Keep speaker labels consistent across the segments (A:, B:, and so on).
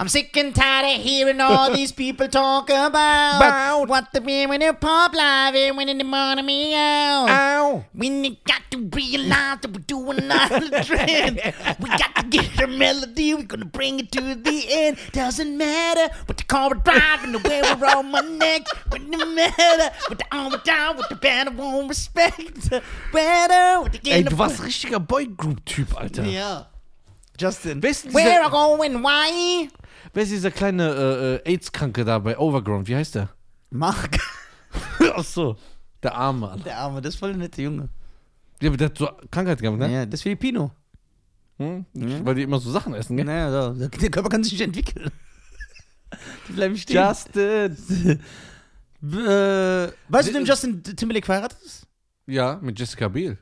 A: I'm sick and tired of hearing all these people talk about,
B: About.
A: what the beer when you pop live and when in the morning me out.
B: Ow.
A: When you got to realize that we're doing another trend, we got to get our melody. We're gonna bring it to the end. Doesn't matter what the car we're driving, the way we're on my neck. When the matter, with the arm we're down, with the banner won't respect. Better, with the
B: Ey,
A: game.
B: du warst richtiger Boygroup-Typ, Alter.
A: Yeah.
B: Justin. Wer ist denn
A: Where are
B: dieser,
A: going? Why?
B: wer ist dieser kleine äh, äh, AIDS-Kranke da bei Overground? Wie heißt der?
A: Mark,
B: Ach so. Der arme, Alter.
A: der Arme, das ist voll der nette Junge.
B: Ja, aber der hat so Krankheit gehabt, ne?
A: Ja, das ist Filipino.
B: Hm? Weil die immer so Sachen essen, gell?
A: Naja, so. der Körper kann sich nicht entwickeln. Die bleiben stehen.
B: Justin.
A: Äh, weißt du, wem Justin Timberlake verheiratet ist?
B: Ja, mit Jessica Biel.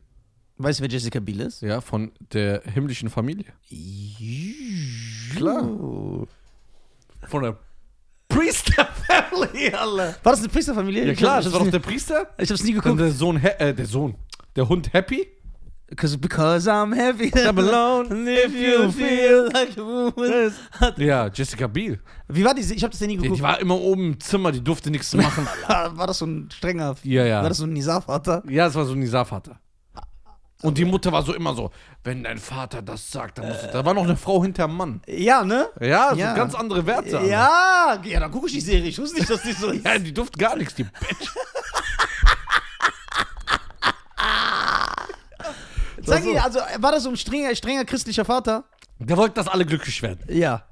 A: Weißt du, wer Jessica Biel ist?
B: Ja, von der himmlischen Familie.
A: Klar.
B: Von der Priester-Family, Alter.
A: War das eine Priesterfamilie?
B: Ja klar,
A: ich
B: das
A: hab's,
B: war doch
A: nie,
B: der Priester.
A: ich hab's nie
B: Dann
A: geguckt.
B: der Sohn, Hä- äh, der Sohn. Der Hund Happy.
A: Cause, because I'm happy.
B: I'm alone if you feel.
A: like a woman.
B: this. Ja, Jessica Biel.
A: Wie war die? Ich hab das ja nie
B: Die,
A: geguckt. Ah,
B: die war immer oben im Zimmer, die durfte nichts machen.
A: war das so ein strenger?
B: Ja, ja.
A: War das so ein Nizar-Vater?
B: ja, es war so ein Nisa-Vater. Und die Mutter war so immer so, wenn dein Vater das sagt, dann musst du. Da war noch eine Frau hinterm Mann.
A: Ja, ne?
B: Ja, so
A: Ja.
B: ganz andere Werte. Alter.
A: Ja, ja, dann gucke ich die Serie. Ich wusste nicht, dass die so ist.
B: ja, die durfte gar nichts, die Bitch.
A: Sag
B: so.
A: ihn, also war das so ein strenger, strenger christlicher Vater?
B: Der wollte, dass alle glücklich werden.
A: Ja.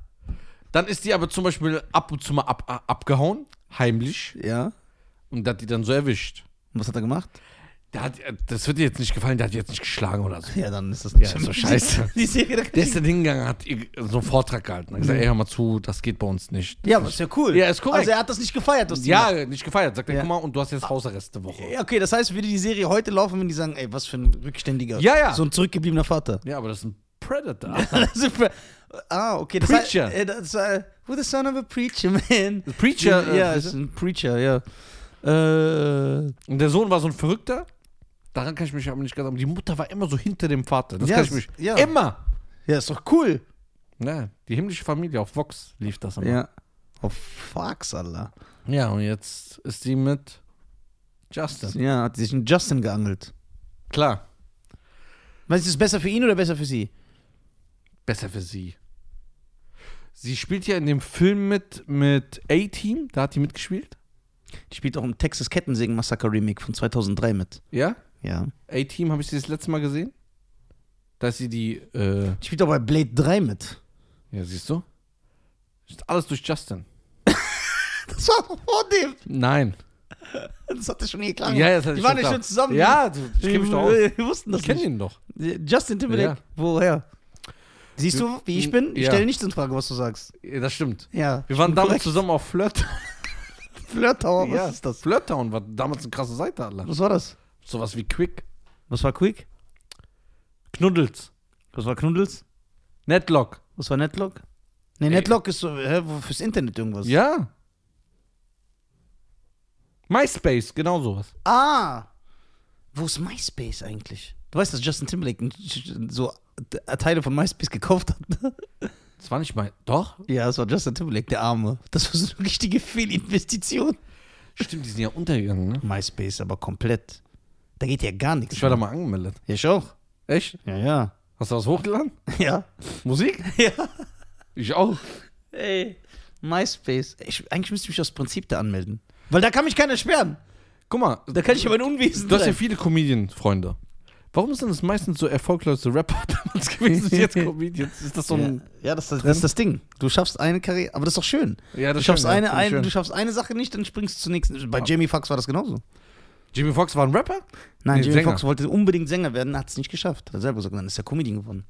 B: Dann ist die aber zum Beispiel ab und zu mal ab, ab- abgehauen, heimlich,
A: Ja.
B: und hat die dann so erwischt.
A: Und was hat er gemacht?
B: Der hat, das wird dir jetzt nicht gefallen, der hat die jetzt nicht geschlagen oder so.
A: Ja, dann ist das nicht
B: Ja, ist doch scheiße.
A: Die Serie, da kann
B: Der ist dann hingegangen, hat ihr so einen Vortrag gehalten. Hat gesagt, ey, hör mal zu, das geht bei uns nicht.
A: Ja, aber ist ja cool.
B: Ja, ist korrekt.
A: Also er hat das nicht gefeiert, was die
B: Ja,
A: machen.
B: nicht gefeiert. Sagt er,
A: Ja.
B: guck mal, und du hast jetzt Hausarrest eine Woche.
A: Ja, okay, das heißt, würde die Serie heute laufen, wenn die sagen, ey, was für ein rückständiger,
B: Ja, ja.
A: so ein zurückgebliebener Vater.
B: Ja, aber das ist ein Predator.
A: Das ist für- ah, okay, das
B: Preacher.
A: heißt, äh, das, äh, who the son of a preacher, man.
B: Preacher, äh,
A: ja, also-
B: weißt
A: ist ein Preacher, ja. Äh,
B: Und der Sohn war so ein Verrückter. Daran kann ich mich aber nicht ganz. Aber die Mutter war immer so hinter dem Vater. Das
A: Ja,
B: kann ich mich.
A: ja.
B: Immer.
A: ja, ist doch cool.
B: Ja, die himmlische Familie auf Vox lief das immer. Ja.
A: Ja. Oh, fucks, Alter.
B: und jetzt ist die mit Justin.
A: Ja, hat sich einen Justin geangelt.
B: Klar.
A: Weißt du, ist es besser für ihn oder besser für sie?
B: Besser für sie. Sie spielt ja in dem Film mit, mit A-Team. Da hat die mitgespielt.
A: Die spielt auch im Texas Kettensägen Massaker Remake von 2003 mit.
B: Ja?
A: Ja.
B: A-Team habe ich sie das letzte Mal gesehen. Da ist sie die. Äh,
A: Die spielt auch bei Blade 3 mit.
B: ja, siehst du? Ist alles durch Justin.
A: Das war doch vor dem.
B: Nein.
A: Das hatte schon hier klar.
B: Ja, ja, das hatte
A: Die
B: ich
A: waren
B: schon
A: ja
B: klar.
A: schon zusammen.
B: Ja, du, ich kenn mich doch aus.
A: Wir wussten das
B: Ich kenne
A: nicht.
B: ihn doch.
A: Justin Timberlake.
B: Ja.
A: Woher? Siehst du, wie ich bin? Ich
B: Ja.
A: stelle nichts in Frage, was du sagst.
B: Ja, das stimmt.
A: Ja.
B: Wir waren damals
A: Korrekt.
B: zusammen auf Flirt.
A: Flirttower, was
B: Ja,
A: ist das?
B: Flirttown war damals eine krasse Seite, Alter.
A: Was war das?
B: Sowas wie Quick.
A: Was war Quick?
B: Knuddels.
A: Was war Knuddels?
B: Netlock.
A: Was war Netlock? Nee, Netlock ist so hä, wo- fürs Internet irgendwas.
B: Ja. MySpace, genau sowas.
A: Ah! Wo ist MySpace eigentlich? Du weißt, dass Justin Timberlake so äh, Teile von MySpace gekauft hat. ne?
B: Das war nicht mein. Doch?
A: Ja, das war Justin Timberlake, der Arme. Das war so eine richtige Fehlinvestition.
B: Stimmt, die sind ja untergegangen, ne?
A: MySpace aber komplett. Da geht ja gar nichts.
B: Ich war da mal angemeldet.
A: Ja, ich auch.
B: Echt?
A: Ja, ja.
B: Hast du was hochgeladen?
A: Ja.
B: Musik?
A: Ja.
B: Ich auch.
A: Ey. MySpace. Ich, eigentlich müsste ich mich aus Prinzip da anmelden. Weil da kann mich keiner sperren.
B: Guck mal,
A: Da kann ich ja mein Unwesen
B: du hast ja
A: treiben.
B: viele Comedian-Freunde. Warum sind das meistens so erfolglose Rapper damals gewesen, die jetzt Comedians? Ist das so ein.
A: ja, ja das, ist- das ist das Ding. Du schaffst eine Karriere, aber das ist doch schön.
B: Ja, das
A: du
B: ist
A: schaffst
B: schön, ja, finde
A: eine,
B: ich
A: eine,
B: schön. Ah.
A: du schaffst eine Sache nicht, dann springst du zur nächsten. Bei Jamie Foxx war das genauso.
B: Jimmy Fox war ein Rapper?
A: Nein,
B: Nee,
A: Jamie
B: Sänger.
A: Foxx wollte unbedingt Sänger werden, hat es nicht geschafft. Hat er selber gesagt, dann ist er Comedian geworden.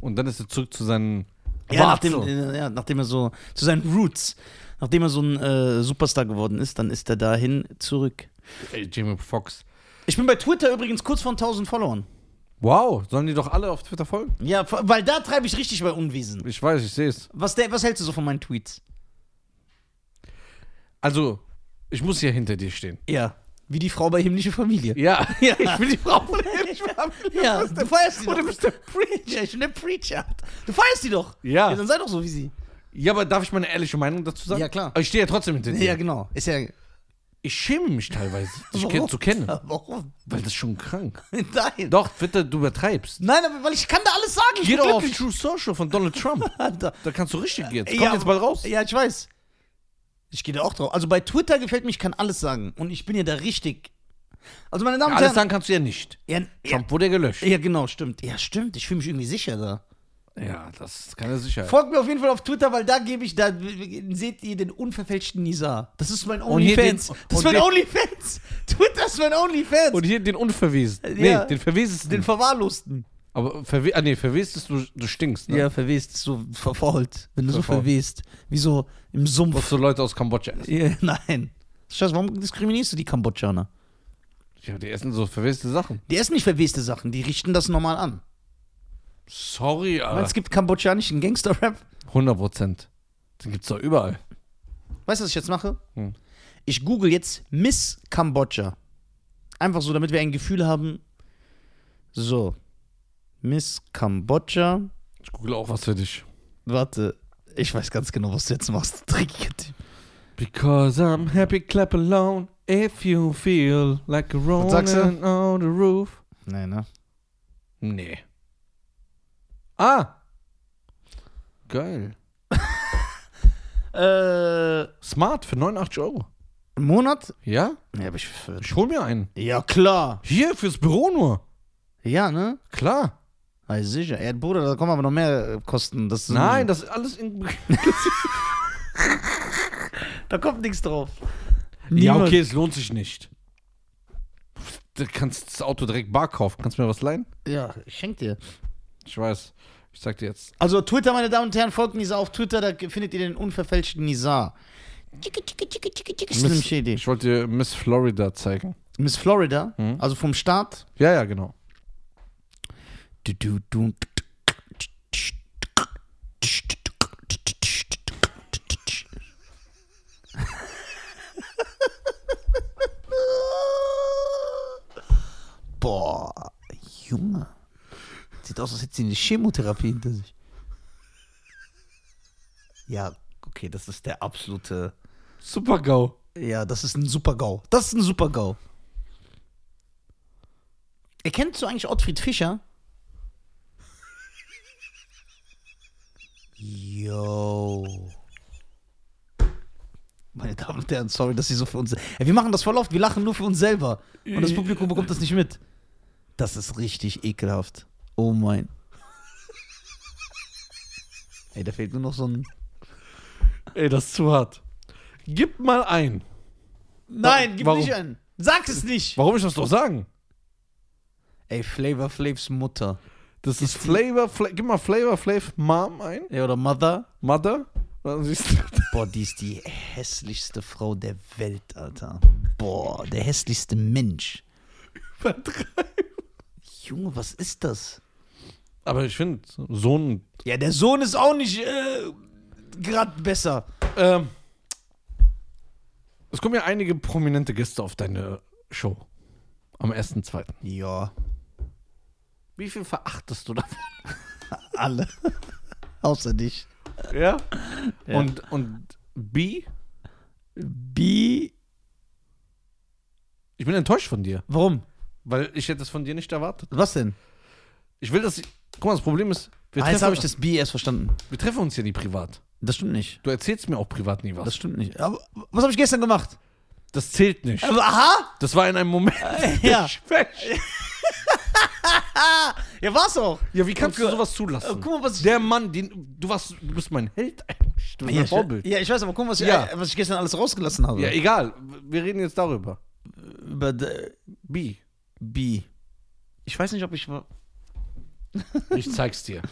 B: Und dann ist er zurück zu seinen
A: Ja nachdem,
B: Wurzeln.
A: äh, ja, nachdem er so zu seinen Roots, nachdem er so ein äh, Superstar geworden ist, dann ist er dahin zurück.
B: Ey, Jamie Foxx.
A: Ich bin bei Twitter übrigens kurz von 1000 Followern.
B: Wow, sollen die doch alle auf Twitter folgen?
A: Ja, vor- weil da treibe ich richtig bei Unwesen.
B: Ich weiß, ich sehe es.
A: Was, der, was hältst du so von meinen Tweets?
B: Also, ich muss hier hinter dir stehen.
A: Ja. Wie die Frau bei himmlische Familie.
B: Ja,
A: Ja.
B: ich will die Frau von der nicht mehr haben.
A: Ja, du feierst sie
B: Und
A: doch.
B: du bist der Pre
A: Ja, ich bin der Preacher. Du feierst die doch.
B: Ja.
A: Dann sei doch so wie sie.
B: Ja, aber darf ich meine ehrliche Meinung dazu sagen?
A: Ja, klar.
B: Aber ich stehe ja trotzdem hinter dir.
A: Ja, genau. Ist ja.
B: Ich schäme mich teilweise, dich
A: Warum?
B: ken- zu kennen.
A: Warum?
B: Weil das ist schon krank.
A: Nein.
B: Doch, bitte, du übertreibst.
A: Nein, aber weil ich kann da alles sagen. Ich
B: Geh
A: bin
B: doch auf
A: glücklich.
B: True Social von Donald Trump.
A: Alter.
B: Da kannst du richtig gehen. Kommt
A: Ja,
B: jetzt bald raus.
A: Ja, ich weiß. Ich gehe da auch drauf. Also bei Twitter gefällt mir, ich kann alles sagen. Und ich bin ja da richtig. Also meine Damen und
B: Alles
A: Herren.
B: sagen kannst du ja nicht.
A: Ja, ja,
B: Trump wurde ja gelöscht.
A: ja, genau, stimmt. Ja, stimmt. Ich fühle mich irgendwie sicher da.
B: Ja, das ist keine Sicherheit.
A: Folgt mir auf jeden Fall auf Twitter, weil da gebe ich, da seht ihr den unverfälschten Nisa. Das ist mein
B: hier den-
A: OnlyFans. Das ist
B: und
A: mein
B: den-
A: OnlyFans. Twitter ist mein OnlyFans.
B: Und hier den Unverwesen.
A: Ja.
B: Nee, den Verwesesten.
A: den Verwahrlosten.
B: Aber verwe ah, nee, verwesest du, du stinkst. Ne?
A: Ja, verwest, so verfault. Wenn du so
B: Verfault.
A: verwest, wie so im Sumpf.
B: Was so Leute aus Kambodscha essen.
A: Ja, nein. Scheiße, warum diskriminierst du die Kambodschaner?
B: Ja, die essen so verweste Sachen.
A: Die essen nicht verweste Sachen, die richten das normal an.
B: Sorry,
A: Weil
B: aber.
A: es gibt kambodschanischen Gangster-Rap.
B: 100 Prozent. Den gibt's doch überall.
A: Weißt du, was ich jetzt mache?
B: Hm.
A: Ich google jetzt Miss Kambodscha. Einfach so, damit wir ein Gefühl haben. So. Miss Kambodscha.
B: Ich google auch was für dich.
A: Warte, ich weiß ganz genau, was du jetzt machst. du Dreckiger Typ.
B: Because I'm happy, clap alone. If you feel like a
A: sagst du?
B: rolling on the roof.
A: Nee, ne?
B: Nee. Ah! Geil.
A: Äh,
B: Smart für 89 Euro.
A: im Monat?
B: Ja?
A: Ja, aber ich.
B: Ich hol mir einen.
A: Ja, klar.
B: Hier, fürs Büro nur.
A: Ja, ne?
B: Klar.
A: Ah, sicher. Ja, Bruder, da kommen aber noch mehr äh, Kosten. Das ist-
B: Nein, das ist alles in.
A: da kommt nichts drauf.
B: Ja,
A: Niemand-
B: okay, es lohnt sich nicht. Du kannst das Auto direkt bar kaufen. Kannst du mir was leihen?
A: Ja, ich schenk dir.
B: Ich weiß. Ich sag dir jetzt.
A: Also Twitter, meine Damen und Herren, folgt Nisa auf Twitter, da findet ihr den unverfälschten Nisa. Slim Shady.
B: ich wollte dir Miss Florida zeigen.
A: Miss Florida, also vom Staat.
B: Ja, ja, genau.
A: Du, du, du. Boah, Junge. Sieht aus, als hätte sie eine Chemotherapie hinter sich. Ja, okay, das ist der absolute.
B: Super GAU.
A: Ja, das ist ein super GAU. Das ist ein super GAU. Erkennst du eigentlich Ottfried Fischer? Yo. Meine Damen und Herren, sorry, dass sie so für uns. Ey, wir machen das voll oft, wir lachen nur für uns selber. Und das Publikum bekommt das nicht mit. Das ist richtig ekelhaft. Oh mein. Ey, da fehlt nur noch so ein.
B: Ey, das ist zu hart. Gib mal ein.
A: Nein, gib
B: Warum?
A: nicht einen. Sag es nicht.
B: Warum ich das doch sagen?
A: Ey, Flavor Flavs Mutter.
B: Das ist Flavor, Fla gib mal Flavor Flav Mom ein.
A: Ja, oder Mother.
B: Mother. Dann siehst du.
A: Boah, die ist die hässlichste Frau der Welt, Alter. Boah, der hässlichste Mensch. Junge, was ist das?
B: Aber ich finde, so ein.
A: Ja, der Sohn ist auch nicht äh, gerade besser.
B: Ähm, es kommen ja einige prominente Gäste auf deine Show. Am 1.2.
A: Ja,
B: Wie viel verachtest du davon?
A: alle. Außer dich.
B: Ja. Und, und B,
A: B.
B: ich bin enttäuscht von dir,
A: Warum?
B: weil ich hätte es von dir nicht erwartet.
A: Was denn?
B: Ich will, dass. Guck mal, das Problem ist, wir,
A: Ah, jetzt
B: treffen,
A: habe ich das B erst verstanden.
B: wir treffen uns ja nie privat.
A: Das stimmt nicht.
B: Du erzählst mir auch privat nie was.
A: Das
B: Das,
A: stimmt nicht. Aber was habe ich gestern gemacht?
B: zählt nicht.
A: Aber, aha!
B: Das war in einem Moment.
A: Ja.
B: der Schwäche.
A: Ja, war's auch.
B: ja, wie kannst du sowas zulassen?
A: Guck mal, was ich
B: Der Mann, den, du, warst, du bist mein Held eigentlich. Du bist
A: Ja,
B: mein
A: ich,
B: Vorbild.
A: ja, ich weiß, aber guck mal, was,
B: Ja.
A: ich, äh, was ich gestern alles rausgelassen habe.
B: Ja, egal. Wir reden jetzt darüber.
A: Über d-
B: B.
A: B. Ich weiß nicht, ob ich. wa-
B: Ich zeig's dir.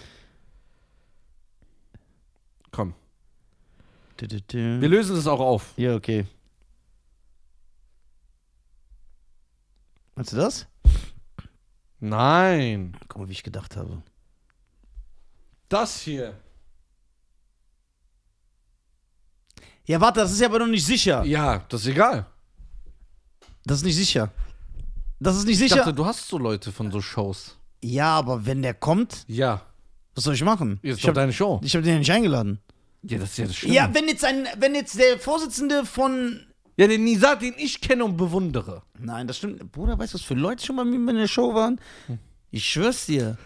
B: Komm.
A: Du, du,
B: Wir
A: du.
B: lösen das auch auf.
A: Ja, okay. Meinst du das?
B: Nein.
A: Guck mal, wie ich gedacht habe.
B: Das hier.
A: Ja, warte, das ist ja aber noch nicht sicher.
B: Ja, das ist egal.
A: Das ist nicht sicher. Das ist nicht
B: Ich
A: sicher.
B: dachte, du hast so Leute von so Shows.
A: ja, aber wenn der kommt,
B: Ja.
A: was soll ich machen?
B: Jetzt
A: ich
B: doch
A: habe
B: deine Show.
A: hab den ja nicht eingeladen.
B: Ja, das ist ja das Schlimme.
A: Ja, wenn jetzt ein, wenn jetzt der Vorsitzende von.
B: Ja, den Nisa, den ich kenne und bewundere.
A: Nein, das stimmt. Bruder, weißt du, was für Leute schon bei mir in der Show waren?
B: Hm.
A: Ich schwör's dir.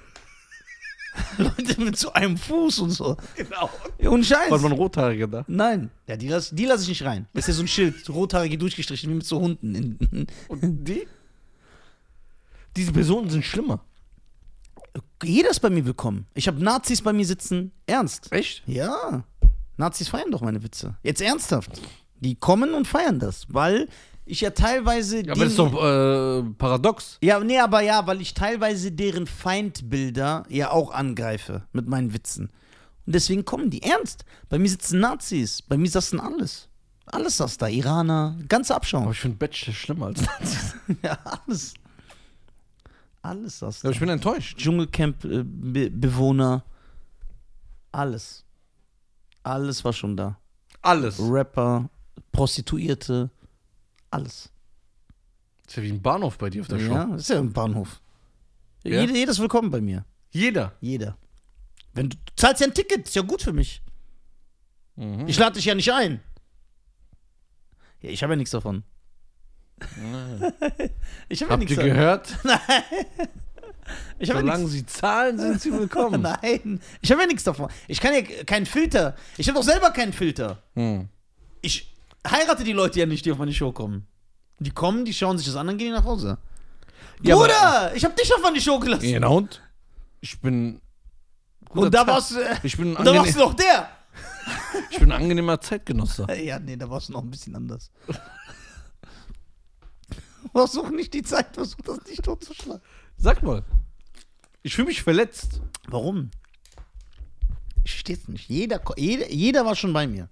A: Leute mit so einem Fuß und so.
B: Genau.
A: Und Scheiß.
B: War man Rothaariger da?
A: Nein. Ja, die lasse die lass ich nicht rein. Das ist ja so ein Schild, so rothaarige durchgestrichen, wie mit so Hunden. In,
B: Und die? Diese Personen sind schlimmer.
A: Jeder ist bei mir willkommen. Ich habe Nazis bei mir sitzen. Ernst.
B: Echt?
A: Ja. Nazis feiern doch meine Witze. Jetzt ernsthaft. Die kommen und feiern das, weil ich ja teilweise.
B: Ja, aber das ist doch äh, paradox.
A: ja, nee, aber ja, weil ich teilweise deren Feindbilder ja auch angreife mit meinen Witzen. Und deswegen kommen die. Ernst. Bei mir sitzen Nazis. Bei mir saßen alles. Alles saß da. Iraner. Ganze Abschau.
B: Aber ich finde Bachelor schlimmer als Nazis.
A: ja, alles. Alles saß da. äh,
B: Aber ich bin enttäuscht.
A: Dschungelcamp-Bewohner. Alles. Alles war schon da.
B: Alles.
A: Rapper, Prostituierte, alles.
B: ist ja wie ein Bahnhof bei dir auf der Show.
A: Ja, das ist ja ein Bahnhof.
B: Ja.
A: Jeder, jeder ist willkommen bei mir.
B: Jeder.
A: Jeder. Wenn du, du zahlst ja ein Ticket, ist ja gut für mich.
B: Mhm.
A: Ich lade dich ja nicht ein. Ja, ich habe ja nichts davon. ich habe ja
B: Habt
A: nichts
B: ihr
A: davon.
B: gehört?
A: Ich habe ja nichts
B: Solange sie zahlen, sind sie willkommen.
A: Nein, ich habe ja nichts davon. Ich kann ja k- keinen Filter. Ich habe doch selber keinen Filter.
B: Hm.
A: Ich heirate die Leute ja nicht, die auf meine Show kommen. Die kommen, die schauen sich das an, dann gehen die nach Hause.
B: Ja,
A: Bruder, ich habe dich auf meine Show gelassen.
B: Genau. Und? Ich bin. guter
A: und da
B: Zeit-
A: warst, du- äh,
B: Ich bin,
A: und da warst
B: angene
A: du noch der.
B: ich bin ein angenehmer Zeitgenosse.
A: Äh, Ja, nee, da warst du noch ein bisschen anders. Versuch nicht die Zeit, versuch das nicht totzuschlagen.
B: Sag mal. Ich fühle mich verletzt.
A: Warum? Ich versteh's nicht. Jeder, ko- jeder, jeder war schon bei mir.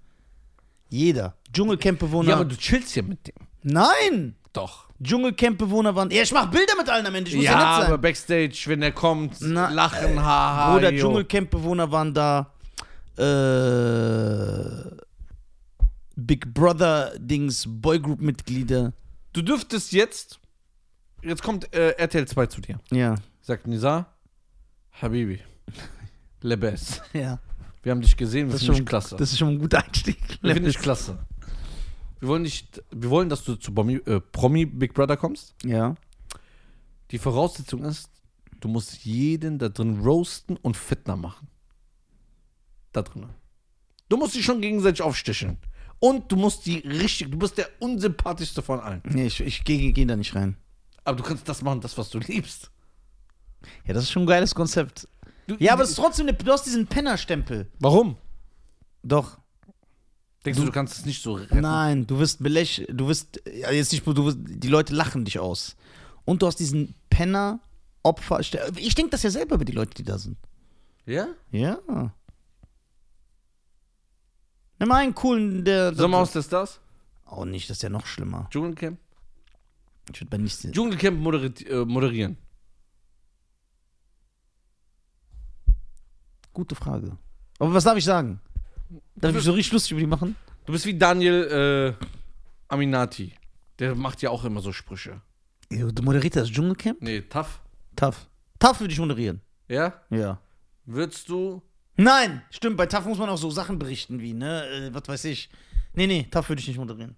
A: Jeder. Dschungelcamp-Bewohner.
B: Ja, aber du chillst ja mit dem.
A: Nein!
B: Doch.
A: Dschungelcamp-Bewohner waren. Ja, ich mach Bilder mit allen am Ende. Ich muss ja,
B: ja,
A: nett
B: aber
A: sein.
B: Backstage, wenn er kommt,
A: Na, äh,
B: lachen, haha.
A: Bruder,
B: jo.
A: Dschungelcamp-Bewohner waren da. Äh, Big Brother-Dings, Boygroup-Mitglieder.
B: Du dürftest jetzt. Jetzt kommt äh, RTL 2 zu dir.
A: Ja.
B: Sagt Nizar, Habibi, Lebes.
A: Ja.
B: Wir haben dich gesehen, wir
A: Das ist,
B: finden
A: schon,
B: dich klasse.
A: das ist schon ein guter Einstieg.
B: wir finden dich klasse. Wir wollen, nicht, wir wollen, dass du zu Promi, äh, Promi Big Brother kommst.
A: Ja.
B: Die Voraussetzung ist, du musst jeden da drin roasten und fitner machen. Da drin. Du musst dich schon gegenseitig aufsticheln. Und du musst die richtig, du bist der unsympathischste von allen.
A: Nee, ich, ich gehe geh da nicht rein.
B: Aber du kannst das machen, das, was du liebst.
A: Ja, das ist schon ein geiles Konzept.
B: Du,
A: Ja, aber es ist trotzdem, eine, du hast diesen Penner-Stempel.
B: Warum?
A: Doch.
B: Denkst du, du kannst es nicht so retten?
A: Nein, du wirst belächelt, du wirst, ja, jetzt nicht, du wirst, die Leute lachen dich aus. Und du hast diesen Penner, Opfer, ich denke das ja selber über die Leute, die da sind.
B: Ja?
A: Ja. Nimm mal einen coolen, der, der
B: Sommerhaus des Stars?
A: Oh, nicht, das ist ja noch schlimmer.
B: Dschungelcamp?
A: Ich würde bei nichts
B: Dschungelcamp moderiert, äh, moderieren.
A: Gute Frage. Aber was darf ich sagen? Darf ich mich so richtig lustig über die machen?
B: Du bist wie Daniel äh, Aminati. Der macht ja auch immer so Sprüche.
A: Ja, Du moderierst das Dschungelcamp?
B: Nee, tough.
A: Tough. Tough würde ich moderieren.
B: Ja?
A: Ja.
B: Würdest du.
A: Nein, stimmt, bei TAF muss man auch so Sachen berichten wie, ne, äh, was weiß ich. Nee, nee, TAF würde ich nicht moderieren.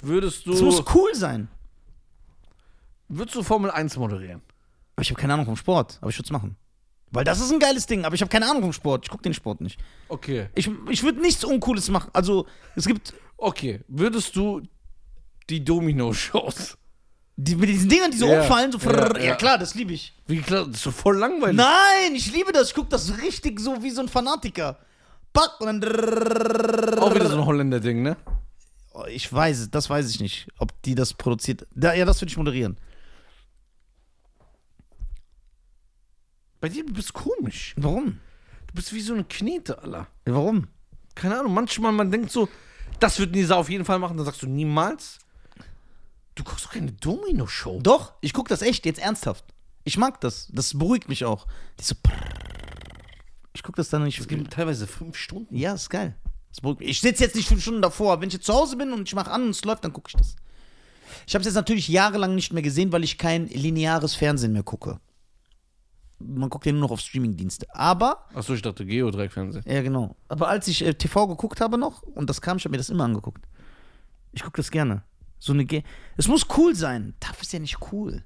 B: Würdest
A: Das muss
B: du.
A: cool sein.
B: Würdest du Formel 1 moderieren?
A: Aber ich habe keine Ahnung vom Sport, aber ich würde es machen. Weil das ist ein geiles Ding, aber ich habe keine Ahnung vom Sport. Ich gucke den Sport nicht.
B: Okay.
A: Ich, ich würde nichts Uncooles machen. Also, es gibt
B: Okay. Würdest du die Domino-Shows?
A: die, mit diesen Dingern, die so
B: Ja,
A: umfallen, so
B: ja,
A: frrrr, ja,
B: ja.
A: klar, das liebe ich.
B: Wie klar, das ist so voll langweilig.
A: Nein, ich liebe das. Ich gucke das richtig so wie so ein Fanatiker. Pack und dann.
B: Auch wieder so ein Holländer-Ding, ne?
A: Oh, Ich weiß es, das weiß ich nicht, ob die das produziert. Da, ja, das würde ich moderieren.
B: Bei dir du bist komisch.
A: Warum?
B: Du bist wie so eine Knete, Alter.
A: Warum?
B: keine Ahnung, manchmal man denkt so, das wird Nisa auf jeden Fall machen, dann sagst du niemals. Du guckst doch keine Domino-Show.
A: Doch, ich gucke das echt, jetzt ernsthaft. Ich mag das. Das beruhigt mich auch. Die so ich gucke das dann nicht.
B: Es gibt teilweise fünf Stunden.
A: Ja, ist geil. Das beruhigt mich. Ich sitze jetzt nicht fünf Stunden davor. Wenn ich jetzt zu Hause bin und ich mache an und es läuft, dann gucke ich das. Ich habe es jetzt natürlich jahrelang nicht mehr gesehen, weil ich kein lineares Fernsehen mehr gucke. man guckt ja nur noch auf Streamingdienste. Aber,
B: Achso, ich dachte Geo direkt Fernsehen.
A: ja genau, aber als ich äh, TV geguckt habe noch, und das kam, ich habe mir das immer angeguckt. Ich gucke das gerne. So eine Ge Es muss cool sein. TAF ist ja nicht cool.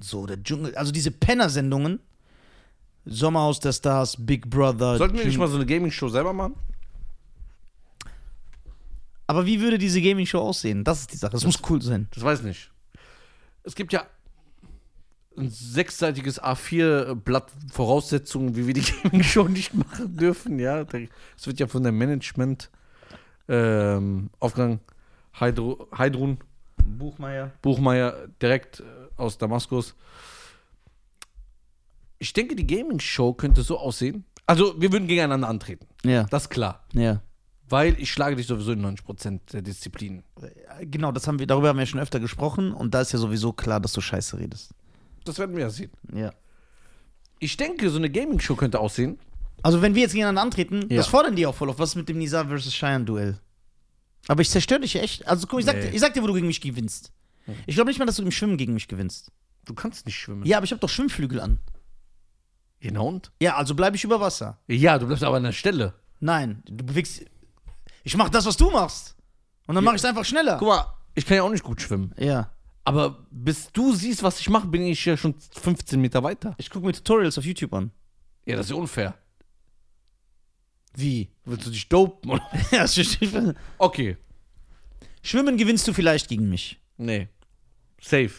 A: So, der Dschungel, also diese Penner-Sendungen. Sommerhaus der Stars, Big Brother.
B: Sollten wir nicht
A: Dschungel-
B: mal so eine Gaming-Show selber machen?
A: Aber wie würde diese Gaming-Show aussehen? Das ist die Sache. Es muss cool sein.
B: Das weiß ich nicht. Es gibt ja ein sechsseitiges A4-Blatt Voraussetzungen, wie wir die Gaming-Show nicht machen dürfen, ja. Da- Es wird ja von dem Management ähm, aufgegangen. Heidru- Heidrun
A: Buchmeier.
B: Buchmeier direkt äh, aus Damaskus. Ich denke, die Gaming-Show könnte so aussehen. Also, wir würden gegeneinander antreten.
A: Ja,
B: Das ist klar.
A: ja.
B: Weil ich schlage dich sowieso in 90% der Disziplinen.
A: Genau, das haben wir, darüber haben wir schon öfter gesprochen und da ist ja sowieso klar, dass du scheiße redest.
B: Das werden wir ja sehen.
A: Ja.
B: Ich denke, so eine Gaming-Show könnte aussehen.
A: Also wenn wir jetzt gegeneinander antreten,
B: Ja.
A: das fordern die auch voll auf. Was ist mit dem Nizar vs. Cheyenne-Duell? Aber ich zerstöre dich echt. Also guck, ich sag,
B: Nee.
A: dir, ich sag dir, wo du gegen mich gewinnst. Ich glaube nicht mal, dass du im Schwimmen gegen mich gewinnst.
B: Du kannst nicht schwimmen.
A: Ja, aber ich habe doch Schwimmflügel an.
B: Ja, und?
A: Ja, also bleibe ich über Wasser.
B: Ja, du bleibst aber an der Stelle.
A: Nein, du bewegst. Ich mache das, was du machst. Und dann mache ich es einfach schneller.
B: Guck mal, ich kann ja auch nicht gut schwimmen.
A: Ja.
B: Aber bis du siehst, was ich mache, bin ich ja schon 15 Meter weiter.
A: Ich gucke mir Tutorials auf YouTube an.
B: Ja, das ist ja unfair.
A: Wie?
B: Willst du dich dopen? oder?
A: Ja, das ist-
B: Okay.
A: Schwimmen gewinnst du vielleicht gegen mich.
B: Nee. Safe.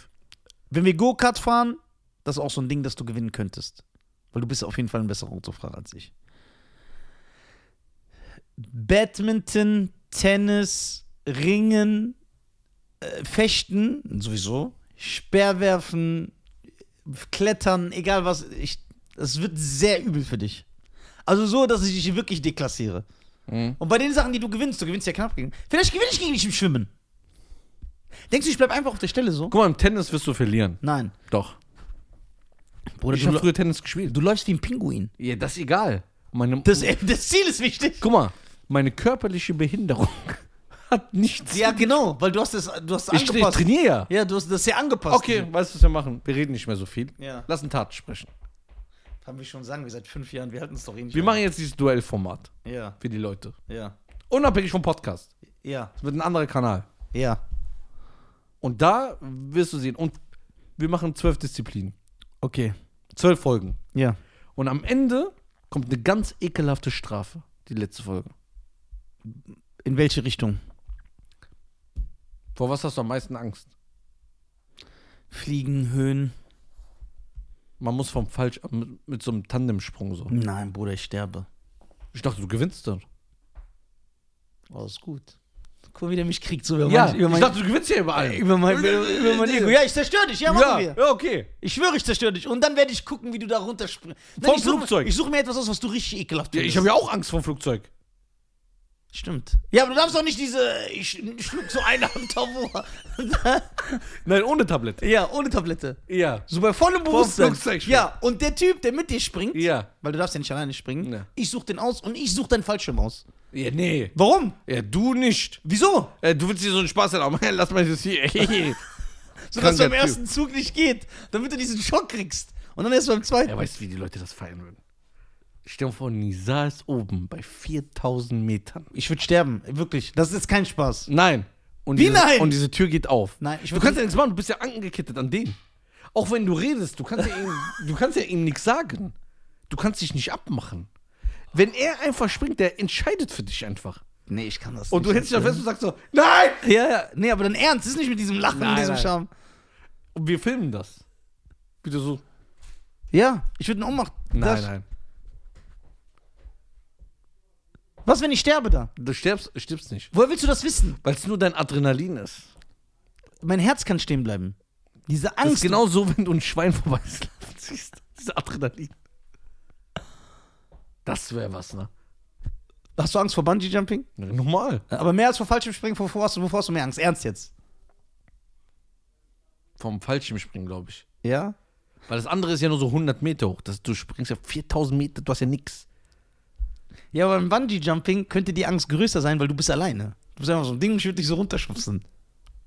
A: Wenn wir Go-Kart fahren, das ist auch so ein Ding, das du gewinnen könntest. Weil du bist auf jeden Fall ein besserer Autofahrer als ich. Badminton, Tennis, Ringen, äh, Fechten, sowieso, Speerwerfen, Klettern, egal was. Ich, das wird sehr übel für dich. Also so, dass ich dich wirklich deklassiere.
B: Mhm.
A: Und bei den Sachen, die du gewinnst, du gewinnst ja knapp gegen. Vielleicht gewinne ich gegen dich im Schwimmen. Denkst du, ich bleib einfach auf der Stelle so?
B: Guck mal, im Tennis wirst du verlieren.
A: Nein.
B: Doch.
A: Bruder,
B: Ich
A: du,
B: habe
A: lä-
B: früher Tennis gespielt.
A: du läufst wie ein Pinguin.
B: Ja, das ist egal. Meine,
A: Das, äh, das Ziel ist wichtig.
B: guck mal, meine körperliche Behinderung hat nichts.
A: Ja, genau, weil du hast das, du hast
B: ich, ich
A: angepasst.
B: trainiere ja.
A: ja, du hast das sehr angepasst.
B: Okay, weißt du, was wir machen? Wir reden nicht mehr so viel.
A: Ja.
B: Lass einen Tat sprechen.
A: Haben wir schon sagen, wir seit fünf Jahren, wir halten es doch eh nicht.
B: Wir
A: mehr.
B: machen jetzt dieses Duellformat
A: Ja,
B: für die Leute.
A: ja,
B: Unabhängig vom Podcast.
A: ja,
B: Es wird ein anderer Kanal.
A: ja.
B: Und da wirst du sehen. Und wir machen zwölf Disziplinen.
A: Okay.
B: Zwölf Folgen.
A: Ja.
B: Und am Ende kommt eine ganz ekelhafte Strafe. Die letzte Folge.
A: In welche Richtung?
B: Vor was hast du am meisten Angst?
A: Fliegen, Höhen.
B: Man muss vom falsch mit, mit so einem Tandemsprung so.
A: Nein, Bruder, ich sterbe.
B: Ich dachte, du gewinnst dann.
A: Oh, ist gut. Guck mal, wie der mich kriegt, so über
B: Ja,
A: mein, über
B: ich
A: mein,
B: dachte, du gewinnst ja überall.
A: über mein, über mein Ego. Ja, ich zerstöre dich, ja, machen
B: ja,
A: wir.
B: ja, okay.
A: Ich schwöre, ich zerstöre dich. Und dann werde ich gucken, wie du da runterspringst. Nein,
B: Vom
A: ich suche-
B: Flugzeug.
A: Ich suche mir etwas aus, was du richtig ekelhaft
B: Ja, ich
A: findest.
B: habe ja auch Angst vor dem Flugzeug.
A: Stimmt. Ja, aber du darfst doch nicht diese. Ich schlug so eine am Tabor.
B: Nein, ohne Tablett.
A: ja, ohne Tablette.
B: Ja.
A: So bei vollem Bewusstsein.
B: Flugzeugspringen.
A: Ja, und der Typ, der mit dir springt,
B: Ja.
A: weil du darfst ja nicht alleine springen,
B: Ja.
A: ich such den aus und ich such deinen Fallschirm aus.
B: Ja, nee.
A: Warum?
B: Ja, du nicht.
A: Wieso?
B: Äh, du willst dir so einen Spaß erlauben. Lass mal das hier.
A: So
B: Kranker
A: dass du am ersten Zug nicht geht, damit du diesen Schock kriegst. Und dann erst beim zweiten.
B: Ja, weißt du, wie die Leute das feiern würden? Stell dir vor, Nisa ist oben bei 4000 Metern.
A: ich würde sterben, wirklich. Das ist kein Spaß.
B: Nein. Und
A: Wie
B: diese,
A: nein?
B: Und diese Tür geht auf.
A: Nein, ich
B: du
A: würd
B: kannst ja nichts machen, du bist ja angekettet an den. Auch wenn du redest, du kannst ja ihm, du kannst ja ihm nichts sagen. Du kannst dich nicht abmachen. Wenn er einfach springt, der entscheidet für dich einfach.
A: Nee, ich kann das
B: Und
A: nicht.
B: du hältst dich da fest und sagst so, nein!
A: Ja, ja. Nee, aber dann ernst. Das ist nicht mit diesem Lachen und
B: Nein,
A: diesem
B: nein.
A: Charme.
B: Und wir filmen das. Bitte so.
A: Ja, ich würde ihn ummachen. Das-
B: nein.
A: Was, wenn ich sterbe da?
B: Du stirbst, stirbst nicht.
A: Woher willst du das wissen?
B: Weil es nur dein Adrenalin ist.
A: Mein Herz kann stehen bleiben. Diese
B: Das ist
A: Angst.
B: genau so, wenn du ein Schwein vorbeislaufen siehst. Diese Adrenalin. Das wäre was, ne?
A: Hast du Angst vor Bungee Jumping?
B: Normal.
A: Aber mehr als vor falschem Springen, wovor hast du, wovor hast du mehr Angst? Ernst jetzt?
B: Vom Fallschirmspringen, glaube ich.
A: Ja?
B: Weil das andere ist ja nur so 100 Meter hoch. Das, du springst ja 4000 Meter, du hast ja nix.
A: Ja, aber beim Bungee Jumping könnte die Angst größer sein, weil du bist alleine. Du bist einfach so ein Ding und ich würde dich so runterschubsen.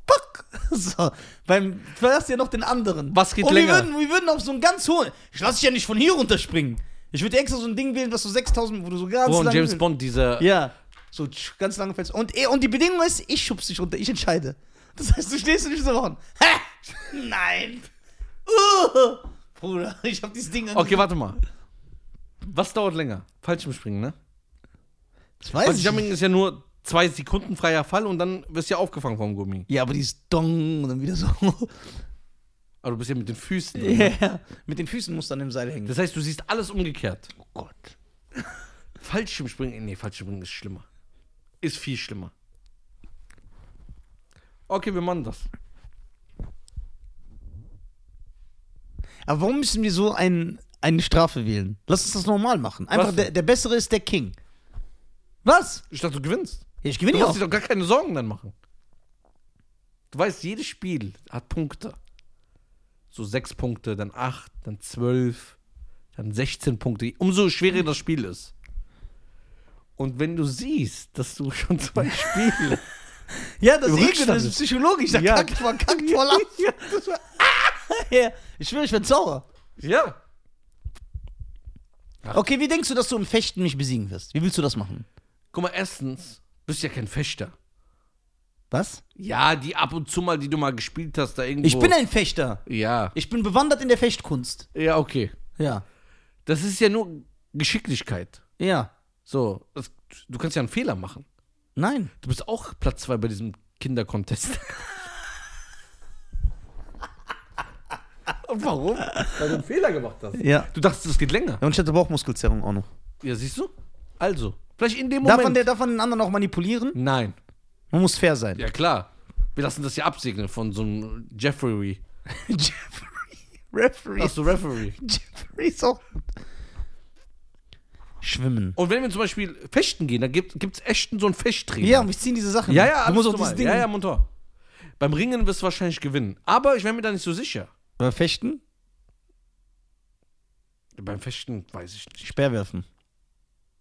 A: Puck! So, beim, du verlässt ja noch den anderen.
B: Was geht
A: Und
B: länger?
A: Wir würden, wir würden auf so einen ganz hohen. Ich lasse dich ja nicht von hier runterspringen. Ich würde extra so ein Ding wählen, was so 6000, wo du so ganz
B: Oh, und
A: lange
B: James Bond, dieser.
A: Ja. So tsch, ganz lange fällst. Und, eh, und die Bedingung ist, ich schubs dich runter, ich entscheide. Das heißt, du stehst und ich so machen. Hä? Nein. Uh, Bruder, ich hab dieses Ding
B: Okay, warte mal. Was dauert länger? Fallschirmspringen, ne?
A: das weiß ich
B: Fallschirmspringen ist ja nur zwei Sekunden freier Fall und dann wirst du ja aufgefangen vom Gummi.
A: Ja, aber dieses Dong und dann wieder so.
B: Aber du bist ja mit den Füßen. drin. ne?
A: Ja. Mit den Füßen musst du an dem Seil hängen.
B: Das heißt, du siehst alles umgekehrt.
A: oh Gott.
B: Fallschirmspringen, nee, Fallschirmspringen ist schlimmer. Ist viel schlimmer. Okay, wir machen das.
A: Aber warum müssen wir so ein, eine Strafe wählen? Lass uns das normal machen. Einfach
B: Was?
A: der, der Bessere ist der King. Was?
B: Ich dachte, du gewinnst.
A: Ja, Ich
B: Du
A: gewinne ja
B: musst
A: auch.
B: dir doch gar keine Sorgen dann machen. Du weißt, jedes Spiel hat Punkte. So sechs Punkte, dann acht, dann zwölf, dann 16 Punkte. Umso schwerer das Spiel ist. Und wenn du siehst, dass du schon zwei Spiele.
A: Ja, das
B: Im
A: ist, eh-
B: Rückstand
A: das ist
B: ist-
A: psychologisch. Da
B: Ja.
A: kackt man, kackt voll ab.
B: ja,
A: Ja, Ich schwöre, ich bin sauer.
B: ja.
A: Okay, wie denkst du, dass du im Fechten mich besiegen wirst? Wie willst du das machen?
B: Guck mal, erstens, bist ja kein Fechter.
A: Was?
B: Ja, die ab und zu mal, die du mal gespielt hast, da irgendwo.
A: Ich bin ein Fechter.
B: Ja.
A: Ich bin bewandert in der Fechtkunst.
B: Ja, okay.
A: Ja.
B: Das ist ja nur Geschicklichkeit.
A: Ja.
B: So, das, du kannst ja einen Fehler machen.
A: Nein.
B: Du bist auch Platz 2 bei diesem Kindercontest. Und warum? Weil du einen Fehler gemacht hast.
A: Ja.
B: Du dachtest, es geht länger.
A: Ja, und ich hatte Bauchmuskelzerrung auch noch.
B: Ja, siehst du? Also, vielleicht in dem
A: Darf
B: Moment.
A: man, der, darf man den anderen auch manipulieren?
B: Nein.
A: Man muss fair sein.
B: Ja, klar. Wir lassen das ja absegnen von so einem Jeffrey.
A: Jeffrey. Referee.
B: Ach so, Referee.
A: Jeffrey ist auch. Schwimmen.
B: Und wenn wir zum Beispiel fechten gehen, dann gibt es echten so einen Fechttrainer.
A: Ja, und wir ziehen diese Sachen.
B: Ja, ja,
A: Du
B: alles
A: musst auch
B: normal.
A: dieses Ding.
B: Ja, ja, Montor. Beim Ringen wirst du wahrscheinlich gewinnen. Aber ich wäre mir da nicht so sicher.
A: Beim Fechten?
B: Beim Fechten weiß ich nicht.
A: Speerwerfen.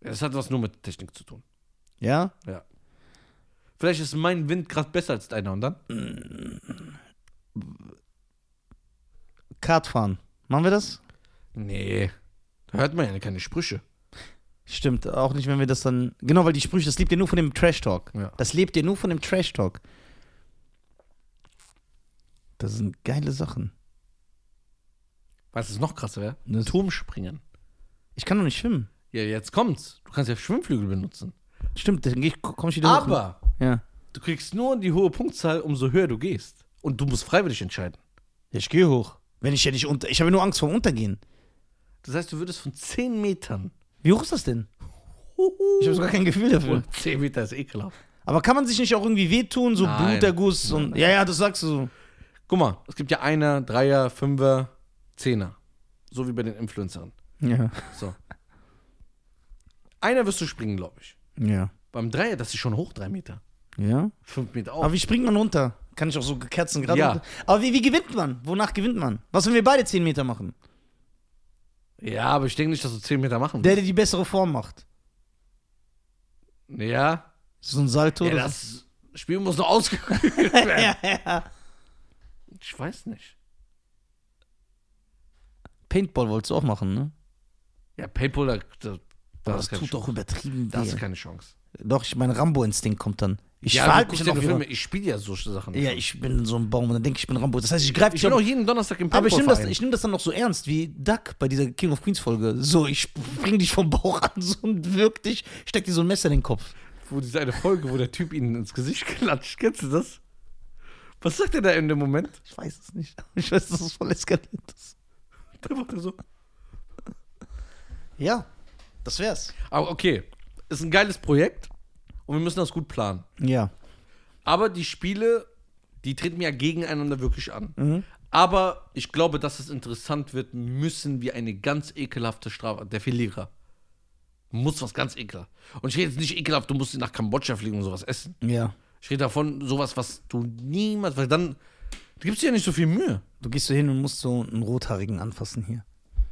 B: Das hat was nur mit Technik zu tun.
A: Ja?
B: Ja. Vielleicht ist mein Wind gerade besser als deiner und dann?
A: Kartfahren. Machen wir das?
B: Nee. Da hört man ja keine Sprüche.
A: Stimmt, auch nicht, wenn wir das dann. Genau, weil die Sprüche, das lebt ihr nur von dem Trash-Talk.
B: Ja.
A: Das lebt ihr nur von dem Trash-Talk. Das sind geile Sachen.
B: Weißt du, was noch krasser wäre?
A: Das-
B: Turmspringen.
A: Ich kann doch nicht schwimmen.
B: Ja, jetzt kommt's. Du kannst ja Schwimmflügel benutzen.
A: Stimmt, dann geh ich, komm ich wieder hoch. ne?
B: Aber
A: Ja.
B: du kriegst nur die hohe Punktzahl, umso höher du gehst. Und du musst freiwillig entscheiden.
A: Ich gehe hoch. Wenn ich ja nicht unter. Ich habe nur Angst vorm Untergehen.
B: Das heißt, du würdest von 10 Metern.
A: Wie hoch ist das denn? Ich habe sogar kein Gefühl dafür.
B: 10 Meter ist ekelhaft.
A: Aber kann man sich nicht auch irgendwie wehtun? So
B: Nein.
A: Bluterguss und. Ja, ja, das sagst du so.
B: Guck mal, es gibt ja Einer, Dreier, Fünfer, Zehner. So wie bei den Influencern.
A: Ja.
B: So. Einer wirst du springen, glaube ich.
A: Ja.
B: Beim Dreier, das ist schon hoch, drei Meter.
A: Ja.
B: Fünf Meter auch.
A: Oh. Aber wie springt man runter? Kann ich auch so Kerzen gerade
B: Ja.
A: runter? Aber wie, wie gewinnt man? Wonach gewinnt man? Was, wenn wir beide 10 Meter machen?
B: Ja, aber ich denke nicht, dass du zehn Meter machen
A: Der, der die bessere Form macht.
B: wirst. Ja.
A: So ein Salto.
B: ja,
A: oder
B: das Spiel muss noch ausgeklügelt
A: so.
B: werden.
A: ja, ja.
B: Ich weiß nicht.
A: Paintball wolltest du auch machen, ne?
B: Ja, Paypal, da, da, da
A: Aber
B: hast du keine
A: das tut
B: Chance.
A: doch übertrieben
B: Da hast du
A: weh.
B: keine Chance.
A: Doch, ich, mein Rambo-Instinkt kommt dann. Ich
B: ja,
A: verhalte
B: du
A: mich
B: guckst
A: dann
B: ja
A: auch
B: nur
A: wieder.
B: Filme. Ich spiele ja so Sachen.
A: Ja, ich bin so ein Baum und dann denke ich, ich bin Rambo. Das heißt, ich greife
B: ich
A: dich
B: bin auch
A: auch.
B: jeden Donnerstag im
A: Aber ich nehme das,
B: Paintballverein.
A: ich nehm das dann noch so ernst, wie Duck bei dieser King of Queens Folge. So, ich bring dich vom Bauch an so und wirk dich, steck dir so ein Messer in den Kopf.
B: Wo diese eine Folge, wo der Typ ihnen ins Gesicht klatscht. Kennst du das? Was sagt er da in dem Moment?
A: Ich weiß es nicht. Ich weiß, dass es voll eskaliert ist.
B: Da macht er so.
A: Ja, das wär's.
B: Aber okay, ist ein geiles Projekt und wir müssen das gut planen.
A: Ja.
B: Aber die Spiele, die treten ja gegeneinander wirklich an. Aber ich glaube, dass es interessant wird, müssen wir eine ganz ekelhafte Strafe. Der Verlierer muss was ganz ekelhaft. Und ich rede jetzt nicht ekelhaft, du musst nach Kambodscha fliegen und sowas essen.
A: Ja.
B: Ich rede davon, sowas, was du niemals, weil dann da gibst du ja nicht so viel Mühe.
A: Du gehst so hin und musst so einen Rothaarigen anfassen hier.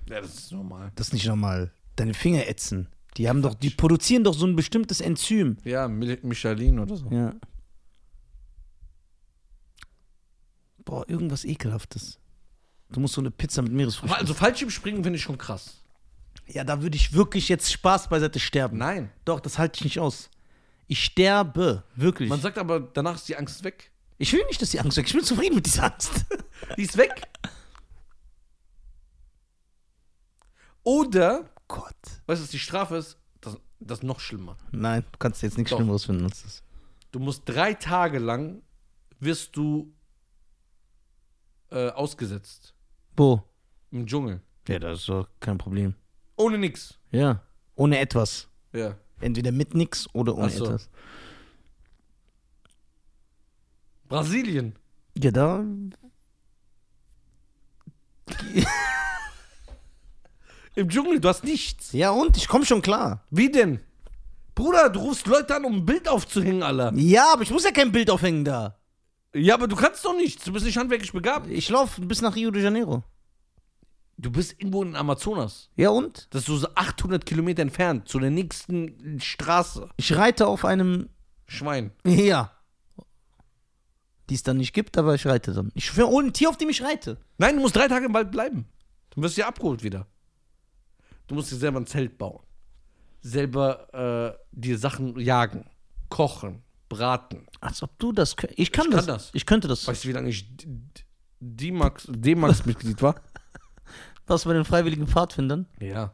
B: Ja, das ist normal.
A: Das ist nicht normal. Deine Finger ätzen. Die haben doch, die produzieren doch so ein bestimmtes Enzym.
B: Ja, Mil- Michelin oder so.
A: Ja. Boah, irgendwas Ekelhaftes. Du musst so eine Pizza mit Meeresfrüchten.
B: Also Fallschirmspringen finde ich schon krass.
A: Ja, da würde ich wirklich jetzt Spaß beiseite sterben.
B: Nein.
A: Doch, das halte ich nicht aus. Ich sterbe, wirklich.
B: Man sagt aber, danach ist die Angst weg.
A: ich will nicht, dass die Angst weg. Ich bin zufrieden mit dieser Angst. Oh
B: Die ist weg. Oder,
A: Gott.
B: weißt du, was die Strafe ist? Das, das ist noch schlimmer.
A: Nein, du kannst jetzt nichts
B: Doch.
A: Schlimmeres finden als das.
B: Du musst drei Tage lang, wirst du äh, ausgesetzt.
A: Wo?
B: Im Dschungel.
A: Ja, das ist doch kein Problem.
B: Ohne nix.
A: Ja. Ohne etwas.
B: Ja.
A: Entweder mit nix oder ohne
B: Ach so.
A: etwas.
B: Brasilien.
A: Ja, da.
B: Im Dschungel, du hast nichts.
A: Ja, und? Ich komme schon klar.
B: Wie denn? Bruder, du rufst Leute an, um ein Bild aufzuhängen, Alter.
A: Ja, aber ich muss ja kein Bild aufhängen da.
B: Ja, aber du kannst doch nichts. Du bist nicht handwerklich begabt.
A: Ich laufe bis nach Rio de Janeiro.
B: Du bist irgendwo in Amazonas.
A: Ja, und?
B: Das ist so 800 Kilometer entfernt, zu der nächsten Straße.
A: Ich reite auf einem.
B: Schwein.
A: Ja. Die es dann nicht gibt, aber ich reite dann. Ich will ohne ein Tier, auf dem ich reite.
B: Nein, du musst drei Tage im Wald bleiben. Dann wirst du ja abgeholt wieder. Du musst dir selber ein Zelt bauen. Selber äh, dir Sachen jagen, kochen, braten.
A: Als ob du das könntest. Ich kann,
B: Ich
A: das.
B: kann das.
A: Ich könnte das.
B: Weißt du, wie lange ich D- D- D-Max- D-Max-Mitglied war?
A: Was bei den freiwilligen Pfadfindern?
B: Ja.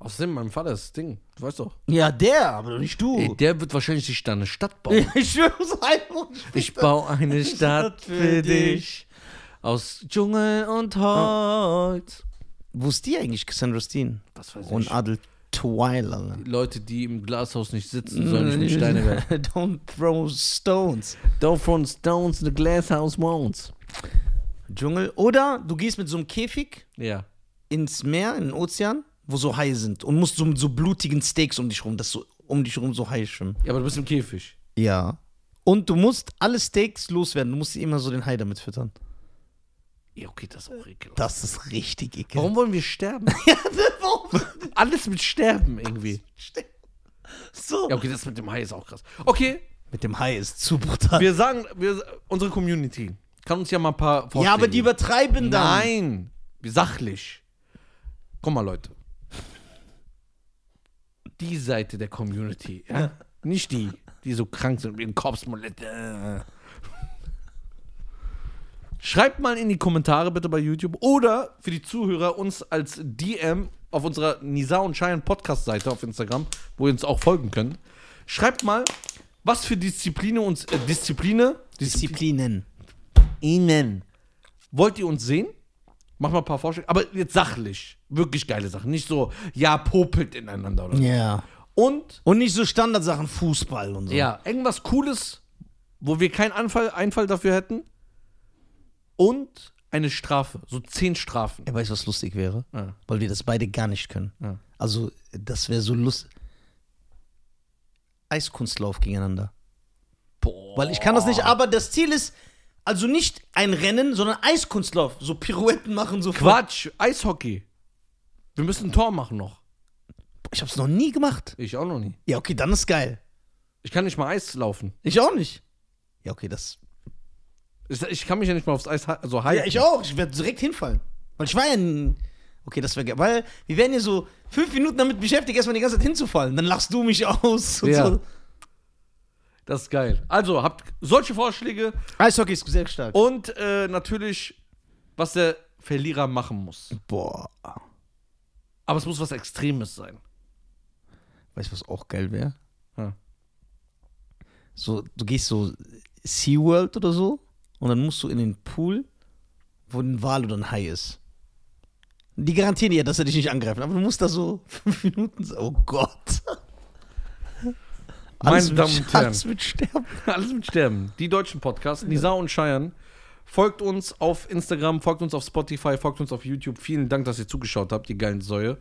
B: Außerdem, mein Vater ist das Ding. Du weißt doch.
A: Ja, der, aber doch nicht du.
B: Ey, der wird wahrscheinlich sich da eine Stadt bauen.
A: ich schwöre so einfach.
B: Ich baue eine Stadt für
A: für
B: dich. Oh. Aus Dschungel und Holz.
A: Wo ist die eigentlich, Cassandra Steen?
B: Was weiß
A: Und
B: ich.
A: Adel Twile, Alter.
B: Leute, die im Glashaus nicht sitzen, sollen nicht mit Steine werden.
A: Don't throw stones.
B: Don't throw stones in the glasshouse walls.
A: Dschungel. Oder du gehst mit so einem Käfig
B: Ja.
A: ins Meer, in den Ozean, wo so Haie sind und musst so mit so blutigen Steaks um dich rum, dass so um dich rum so Haie schwimmen.
B: Ja, aber du bist im Käfig.
A: Ja. Und du musst alle Steaks loswerden. Du musst immer so den Hai damit füttern.
B: Ja, okay, das ist auch ekelhaft.
A: Das ist richtig ekelhaft.
B: Warum wollen wir sterben? Alles mit Sterben irgendwie.
A: so?
B: Ja, okay, das mit dem Hai ist auch krass. Okay,
A: Mit dem Hai ist zu brutal.
B: wir sagen, wir, unsere Community kann uns ja mal ein paar Vorschläge
A: ja, aber die
B: geben.
A: übertreiben dann.
B: Nein, wie sachlich. Komm mal, Leute. Die Seite der Community, ja? Nicht die, die so krank sind wie ein Kopfsmolette. Schreibt mal in die Kommentare bitte bei YouTube oder für die Zuhörer uns als DM auf unserer Nisa und Cheyenne Podcast-Seite auf Instagram, wo ihr uns auch folgen könnt. Schreibt mal, was für Diszipline uns äh, Diszipline, Diszi
A: Disziplinen.
B: Ihnen. Wollt ihr uns sehen? Mach mal ein paar Vorschläge. Aber jetzt sachlich. Wirklich geile Sachen. Nicht so, ja, popelt ineinander. Oder? so.
A: Ja.
B: Und,
A: Und nicht so Standardsachen, Fußball und so.
B: ja, irgendwas Cooles, wo wir keinen Anfall, Einfall dafür hätten. Und eine Strafe. So zehn Strafen.
A: Er weiß, was lustig wäre,
B: Ja.
A: weil wir das beide gar nicht können.
B: Ja.
A: Also, das wäre so lustig. Eiskunstlauf gegeneinander.
B: Boah.
A: Weil ich kann das nicht, aber das Ziel ist, also nicht ein Rennen, sondern Eiskunstlauf. So Pirouetten machen, so.
B: Quatsch. Eishockey. Wir müssen ein Tor machen noch.
A: Ich hab's noch nie gemacht.
B: Ich auch noch nie.
A: Ja, okay, dann ist geil.
B: Ich kann nicht mal Eis laufen.
A: Ich auch nicht. Ja, okay, das.
B: Ich, ich kann mich ja nicht mal aufs Eis ha- also halten.
A: Ja, ich auch. Ich werde direkt hinfallen. Weil ich war ja. n- Okay, das wäre geil. Weil wir wären hier so fünf Minuten damit beschäftigt, erstmal die ganze Zeit hinzufallen. Dann lachst du mich aus. Und
B: Ja.
A: so.
B: Das ist geil. Also, habt solche Vorschläge.
A: Eishockey ist sehr stark.
B: Und äh, natürlich, was der Verlierer machen muss.
A: Boah.
B: Aber es muss was Extremes sein.
A: Weißt du, was auch geil wäre?
B: Ja.
A: So, du gehst so SeaWorld oder so und dann musst du in den Pool, wo ein Wal oder ein Hai ist. Die garantieren dir, dass er dich nicht angreifen, aber du musst da so fünf Minuten. so- Oh Gott. Alles mit-
B: Damen und Herren.
A: Alles mit Sterben.
B: Alles mit Sterben. Die deutschen Podcasts, Nisa und Cheyenne. Folgt uns auf Instagram, folgt uns auf Spotify, folgt uns auf YouTube. Vielen Dank, dass ihr zugeschaut habt, ihr geilen Säue.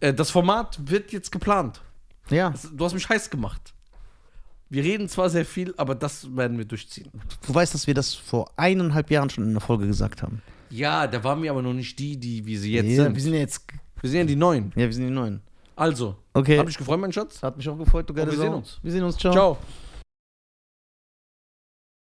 B: Äh, das Format wird jetzt geplant.
A: Ja.
B: Du hast mich heiß gemacht. Wir reden zwar sehr viel, aber das werden wir durchziehen.
A: Du weißt, dass wir das vor eineinhalb Jahren schon in einer Folge gesagt haben.
B: Ja, da waren wir aber noch nicht die, die wie sie jetzt
A: ja, wir
B: sind.
A: sind ja jetzt.
B: Wir sind ja die Neuen.
A: Ja, wir sind die Neuen.
B: Also,
A: Okay.
B: hab ich gefreut, mein Schatz.
A: Hat mich auch gefreut, du geile
B: wir sehen
A: Sau.
B: uns.
A: Wir sehen uns. Ciao.
B: Ciao.